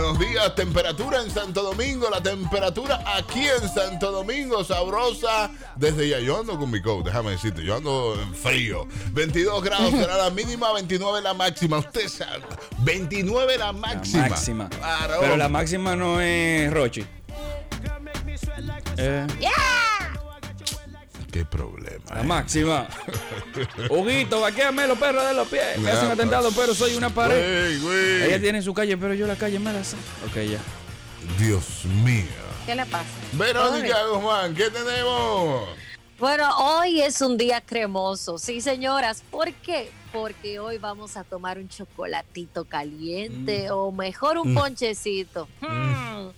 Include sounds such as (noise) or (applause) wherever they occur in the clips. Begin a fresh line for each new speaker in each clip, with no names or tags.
buenos días. Temperatura en Santo Domingo, la temperatura aquí en Santo Domingo, sabrosa. Desde ya, yo ando con mi coat, déjame decirte, yo ando en frío. 22 grados será la mínima, 29 la máxima. Usted sabe, 29 la máxima.
La máxima.
Claro.
Pero la máxima no es Rochi. Eh,
Qué problema.
la máxima.
(laughs)
Huguito, vaquéame los perros de los pies. Me hacen
Ya,
atentado,
pues.
pero soy una
Güey,
pared.
güey.
Ella tiene su calle, pero yo la calle me la sé. Ok, ya.
Dios mío.
¿Qué le pasa? ¿Todo bien?
Verónica Guzmán, ¿qué tenemos?
Bueno, hoy es un día cremoso, sí señoras. ¿Por qué? Porque hoy vamos a tomar un chocolatito caliente o mejor un ponchecito. Mm.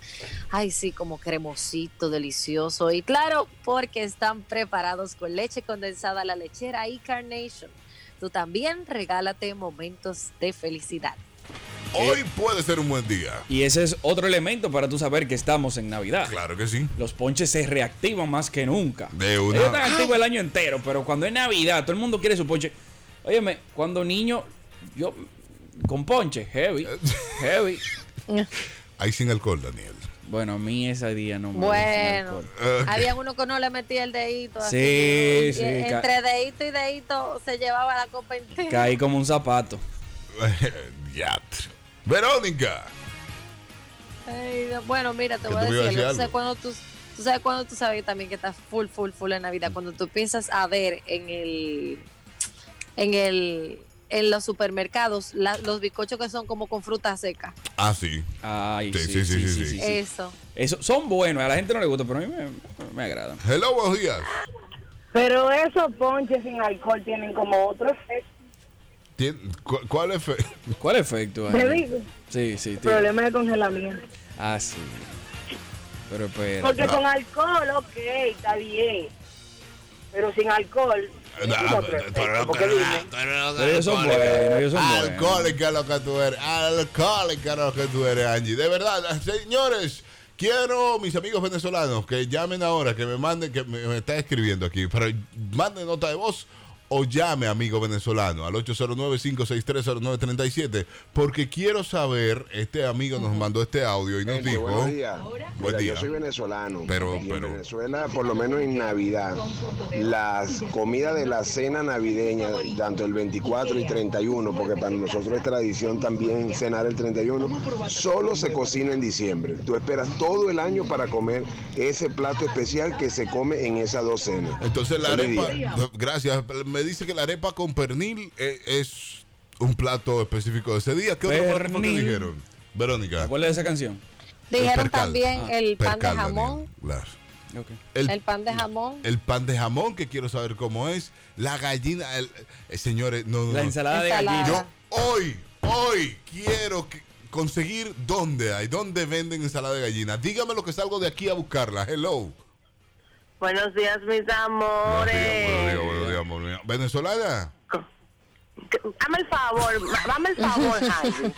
Ay, sí, como cremosito, delicioso. Y claro, porque están preparados con leche condensada, la lechera y Carnation. Tú también regálate momentos de felicidad.
Eh.
Hoy puede ser un buen día.
Y ese es otro elemento para tú saber que estamos en Navidad.
Claro que sí.
Los ponches se reactivan más que nunca.
De una.
Ellos están activos el año entero, pero cuando es Navidad, todo el mundo quiere su ponche. Óyeme, cuando niño, yo con ponche,
(laughs)
heavy, heavy.
Ahí sin alcohol, Daniel. (laughs)
Bueno, a mí ese día no me
Bueno,
gusta
alcohol.
había uno que no le metía el dedito. así,
Sí,
y
sí, ca-
Entre dedito y dedito se llevaba la copa entera.
el alcohol. Caí como un zapato.
ya. Verónica.
Ay, no, bueno, mira, te
¿Que
voy a
tú me ibas a
decir,
decir
algo. tú sabes
algo?
cuando tú, tú sabes cuando tú sabes también que estás full, full, full en Navidad, cuando tú piensas a ver en el, en el, en los supermercados, la- los bizcochos que son como con fruta seca,
Ah, sí.
Ay,
Sí, sí,
sí,
sí, sí, sí.
sí.
Eh.
eso.
Eso, son buenos, a la gente no le gusta, pero a mí me, me agradan.
Hello, buenos días.
Pero esos ponches sin alcohol tienen como otro efecto.
Tien- cu- ¿Cuál
(laughs)
es? fe-
¿Cuál efecto hay?
Te digo,
Sí, sí, tío.
problema de congelamiento.
Ah, sí. Pero espera.
Porque con alcohol, ok, está bien. Pero sin alcohol. es
Ah, No,
otro
pero-
efecto,
pero-
porque
pero-
dime,
pero-
Pero ellos son buenos, ellos son buenos.
Alcohólica lo que tú eres, alcohólica lo que tú eres, Angie. De verdad, señores, quiero mis amigos venezolanos que llamen ahora, que me manden, que me, me está escribiendo aquí, pero manden nota de voz o llame, amigo venezolano, al 809-563-0937, porque quiero saber, este amigo nos mandó este audio y nos
Gente,
dijo...
buenos días.
Buen
Mira,
día.
Yo soy venezolano.
Pero-
y
pero-
En Venezuela, por lo menos en Navidad, las comidas de la cena navideña, tanto el 24 y 31, porque para nosotros es tradición también cenar el 31, solo se cocina en diciembre. Tú esperas todo el año para comer ese plato especial que se come en esas dos cenas.
Entonces la
Feliz
arepa,
día.
gracias, me dice que la arepa con pernil eh, es un plato específico de ese día. ¿Qué otra cosa fue que
Pernil.
dijeron? Verónica.
¿Cuál es esa canción?
Dijeron
percal.
también
Ah,
el pan
Percal,
de
Daniel,
jamón,
claro.
Ok.
El,
el pan de jamón,
el pan de jamón, que quiero saber cómo es. La gallina, el- eh, señores, no, no,
La
no.
ensalada de
Ensalada.
Yo
gallina.
hoy, hoy quiero que- conseguir dónde hay, dónde venden ensalada de gallina. Dígame lo que salgo de aquí a buscarla. Hello.
Buenos días, mis amores.
amor mío. ¿Venezolana?
Dame el favor, ma- dame el favor,
(laughs)
Jaime.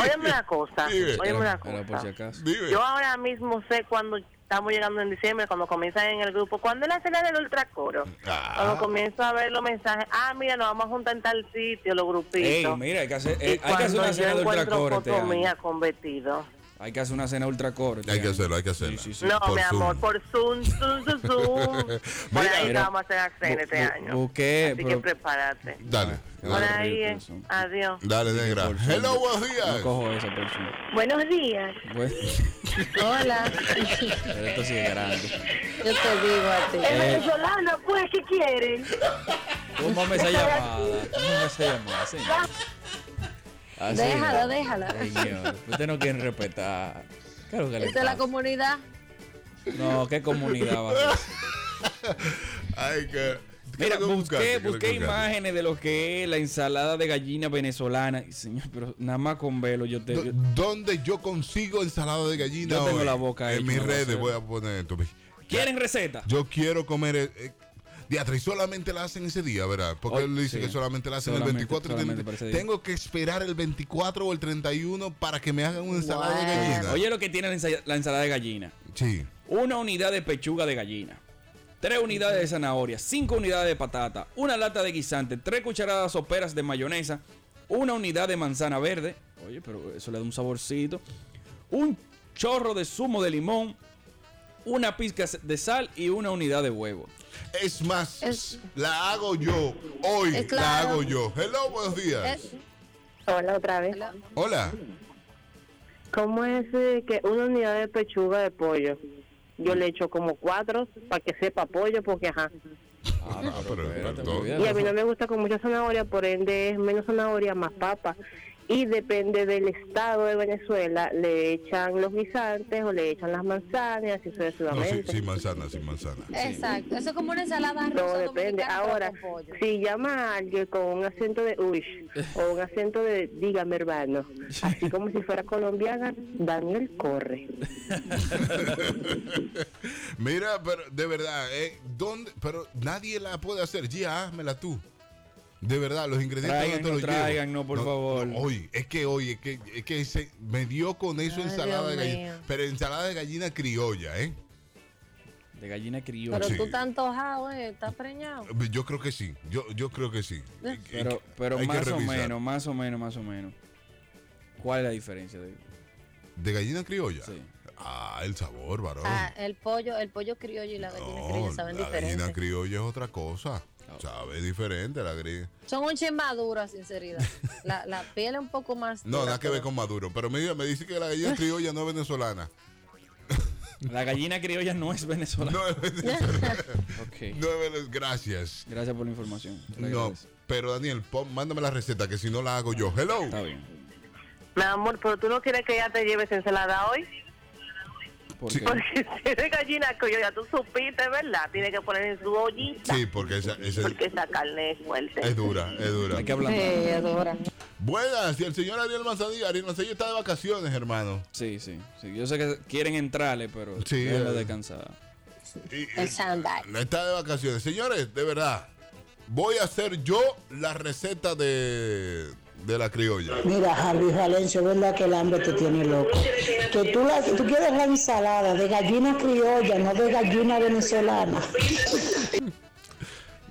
Óyeme una cosa,
Dime.
óyeme una
Era- era por si
cosa.
acaso.
Dime.
Yo ahora mismo sé cuando estamos llegando en diciembre, cuando comienza en el grupo, cuando es la cena del ultracoro.
Ah.
Cuando comienzo a ver los mensajes, ah, mira, nos vamos a juntar en tal sitio, los
Ey,
grupitos.
mira, hay que hacer,
y
eh, hay que hacer
cuando
una
yo
cena de
encuentro
ultracore este
foto
año.
mía con vestido.
Hay que hacer una cena ultracore. este
Hay que
año.
hacerlo, hay que hacerlo.
Sí, sí, sí.
No,
por
mi
Zoom.
amor, por Zoom, Zoom,
(laughs)
Zoom, Zoom. Por
Mira,
ahí
mira,
vamos a hacer la cena
bu-
este
bu-
año.
busqué,
Así
pero-
que prepárate.
Dale.
Ah,
Por
dale.
claro,
ahí
yo
es.
pienso.
Adiós.
Dale, negra.
Por Zoom.
Hello, buenos días.
No cojo esa persona.
Buenos días.
Bueno, (laughs)
(laughs)
hola,
pero esto sí es grande.
yo te digo a ti.
Eh.
El venezolano, pues, ¿qué quieren?
Tómame esa llamada. Tómame esa llamada, señor. Así
Déjala,
es.
déjala.
Señor, usted no quiere respetar. Claro que le
Esta es la
pasa.
comunidad.
No, qué comunidad va a ser.
Ay, que.
Mira,
¿qué
busqué,
buscaste?
busqué
¿Qué buscaste?
imágenes de lo que es la ensalada de gallina venezolana. Y, Señor, pero nada más con velo yo te...
Do-
yo-
¿Dónde yo consigo ensalada de gallina?
Yo tengo
hoy?
la boca
En
hecha,
mis
no va a
redes
ser.
voy a poner esto. ve.
¿Quieren receta?
Yo quiero comer. eh, eh, diatra, y solamente la hacen ese día, ¿verdad? Porque
Hoy,
él dice
sí.
que solamente la hacen
Solamente-
el 24 y 30.
solamente para ese día.
Tengo que esperar el 24 o el 31 para que me hagan una ensalada de
Bueno.
gallina.
Oye lo que tiene la ensa- la ensalada de gallina.
Sí.
Una unidad de pechuga de gallina. Tres unidades de zanahoria. Cinco unidades de patata. Una lata de guisante. Tres cucharadas soperas de mayonesa. Una unidad de manzana verde. Oye, pero eso le da un saborcito. Un chorro de zumo de limón, una pizca de sal y una unidad de huevo.
Es más,
Es-
la hago yo. Hoy
Es
la
claro.
hago yo. Hello, buenos días.
Eh,
Hola, otra vez.
hola.
Hola.
¿Cómo es eh, que una unidad de pechuga de pollo? Yo le echo como cuatro para que sepa pollo, porque ajá.
Ah,
Ah, pero
espérate,
perdón.
muy bien.
Y a mí no me gusta con mucha zanahoria, por ende es menos zanahoria, más papa. Y depende del estado de Venezuela, le echan los guisantes o le echan las manzanas, así
No, sí,
sucesivamente.
sin manzana, sin
(laughs)
manzana.
Exacto. Eso es como una ensalada rusa.
Todo depende.
dominicana, pero
Ahora,
con pollo.
si llama a alguien con un acento de uy o un acento de dígame hermano, así como si fuera colombiana, Daniel corre.
Mira, pero de verdad, eh, ¿dónde? Pero nadie la puede hacer. Ya, házmela tú. De verdad, los ingredientes
Traigan,
no te los
no
llevo.
traigan, no, por favor.
hoy, es que hoy, es que, es que se- me dio con eso
Ay,
ensalada de
Dios
gallina.
mío.
Pero ensalada de gallina criolla, ¿eh?
De gallina criolla.
Pero
Sí.
tú estás antojado, ¿eh? Estás preñado.
Yo creo que sí, yo, yo creo que sí. Hay que-
Pero, pero
hay que
más o
revisar.
menos, más o menos, más o menos. ¿Cuál es la diferencia? De...
¿De gallina criolla?
Sí.
Ah, el sabor, varón.
Ah, el pollo, el pollo criollo y la gallina criolla saben
la gallina
diferente.
criolla es otra cosa. Sabe diferente la gri-
Son un chin maduras, sinceridad. La, la piel es un poco más.
No,
dura,
nada que ver
pero-
con Maduro. Pero mira, me dice que la gallina criolla no es venezolana.
La gallina criolla no es venezolana.
No es venezolana.
Ok.
No es venez- Gracias.
Gracias por la información. Te la
No,
agradezco.
pero Daniel, pon- mándame la receta que si no la hago yo. Hello.
Está bien.
Mi amor, pero tú no quieres que ella te lleves ensalada hoy?
¿Por qué?
Porque (laughs) si eres gallina criolla, tú supiste, ¿verdad? Tiene que poner en su ollita.
Sí, porque esa, esa
Porque esa carne es fuerte.
es dura, es dura.
Hay que hablar.
Sí, adora.
Buenas, y el señor Ariel Manzanilla. Ariel Manzanilla está de vacaciones, hermano.
Sí, sí, sí. Yo sé que quieren entrarle, pero
Sí,
déjenlo
eh.
descansar.
Y- y-
El sandal.
Está de vacaciones. Señores, de verdad, voy a hacer yo la receta de, de la criolla.
Mira, Javier Valencio, verdad que el hambre te tiene loco. Que tú, la, tú quieres la ensalada de gallina criolla, no de gallina venezolana.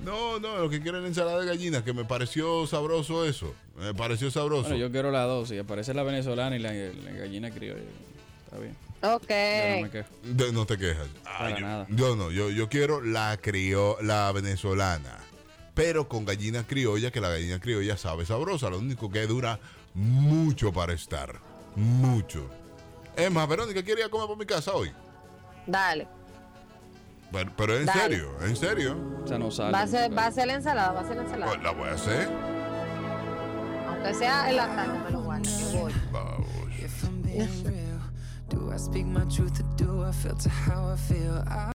No, no, lo que quieren es ensalada de gallina, que me pareció sabroso eso. Me pareció sabroso.
Bueno, yo quiero la dos. Si aparece la venezolana y la, la gallina criolla. Está bien.
Ok.
Ya no me quejo.
De- no te quejas. Ah,
Para
yo,
nada.
yo no, yo, yo quiero la crio, la venezolana. Pero con gallina criolla, que la gallina criolla sabe sabrosa. Lo único que dura mucho para estar. Mucho. Es más, Verónica quiere ir a comer por mi casa hoy.
Dale.
Pero, pero en
Dale.
serio, en serio.
O sea, no sale.
Va a, ser,
no
va a
sale.
ser la ensalada, va a ser la
Pues
ensalada.
la voy a hacer.
Aunque sea en la tarde, me lo guardo. Yo voy.
Vamos.
If I'm being real, do I speak my truth or do I filter how I feel? I